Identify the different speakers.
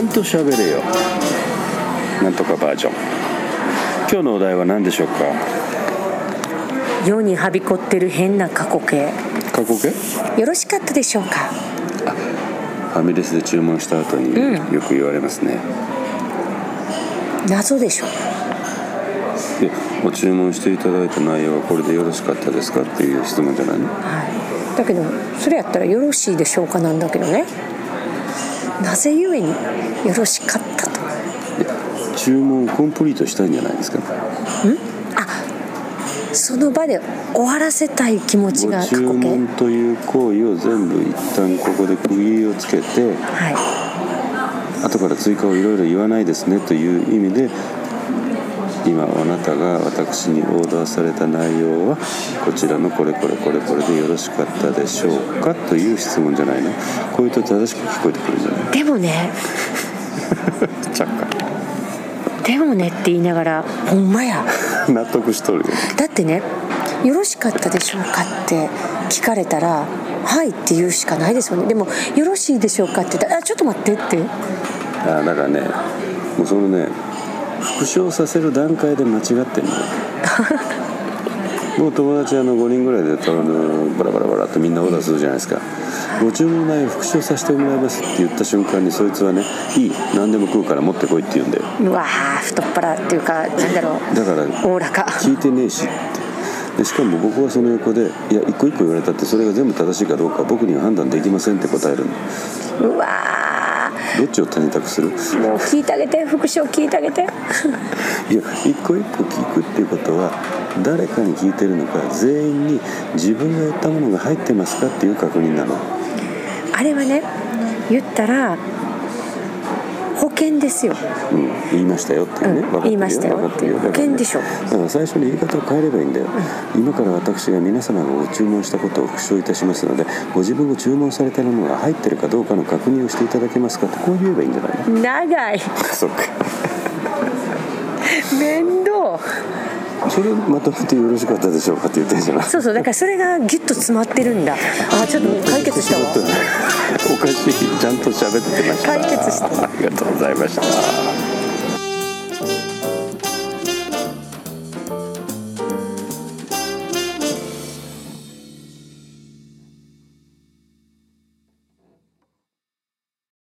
Speaker 1: んと喋れよなんとかバージョン今日のお題は何でしょうか
Speaker 2: 世にはびこってる変な過去形
Speaker 1: 過去形
Speaker 2: よろしかったでしょうか
Speaker 1: ファミレスで注文した後によく言われますね、
Speaker 2: 謎でしょ
Speaker 1: でご注文していただいた内容はこれでよろしかったですかっていう質問じゃないの
Speaker 2: はいだけどそれやったらよろしいでしょうかなんだけどねなぜゆえによろしかったと
Speaker 1: 注文コンプリートしたいんじゃないですか
Speaker 2: その場で終わらせたい気持ち
Speaker 1: ご
Speaker 2: が過
Speaker 1: 注
Speaker 2: 去形
Speaker 1: 文という行為を全部一旦ここで区切りをつけて
Speaker 2: は
Speaker 1: 後から追加をいろいろ言わないですねという意味で今あなたが私にオーダーされた内容はこちらのこれこれこれこれでよろしかったでしょうかという質問じゃないのこういうと正しく聞こえてくるんじゃない
Speaker 2: いでもね
Speaker 1: ちゃっか
Speaker 2: でもねって言いながらほんまや
Speaker 1: 納得しとるよ
Speaker 2: だってね「よろしかったでしょうか?」って聞かれたら「はい」って言うしかないですよねでも「よろしいでしょうか?」って言ったらあ「ちょっと待って」って
Speaker 1: あだからねもうそのね復唱させる段階で間違ってんのよもう友達あの5人ぐらいで頼むバラバラバラってみんなオーダーするじゃないですか「ご注文の内容復唱させてもらいます」って言った瞬間にそいつはね「いい何でも食うから持ってこい」って言うんだよ
Speaker 2: うわー太っ腹っていうかなんだろう
Speaker 1: だから
Speaker 2: おおらか
Speaker 1: 聞いてねえしってでしかも僕はその横で「いや一個一個言われたってそれが全部正しいかどうか僕には判断できません」って答えるの
Speaker 2: うわー
Speaker 1: どっちを選択する
Speaker 2: もう聞いてあげて副賞聞いてあげて
Speaker 1: いや一個一個聞くっていうことは誰かに聞いてるのか全員に自分が言ったものが入ってますかっていう確認なの
Speaker 2: あれはね言ったら保険ですよ
Speaker 1: うん言いましたよっていうね、
Speaker 2: うん
Speaker 1: 分かってる
Speaker 2: 言いましたよ
Speaker 1: 分かってる
Speaker 2: ってい
Speaker 1: だ
Speaker 2: う
Speaker 1: からね
Speaker 2: 保険でしょ
Speaker 1: だから最初に言い方を変えればいいんだよ、今から私が皆様がご注文したことを復唱いたしますのでご自分が注文されたものが入ってるかどうかの確認をしていただけますかってこう言えばいいんじゃない の
Speaker 2: 長い
Speaker 1: そっか
Speaker 2: 面倒
Speaker 1: それまとめてよろしかったでしょうかって言ってんじゃない
Speaker 2: そうそうだからそれがギュッと詰まってるんだあちょっと解決したわ
Speaker 1: おかしいちゃんと喋ってました
Speaker 2: 解決した
Speaker 1: ありがとうございました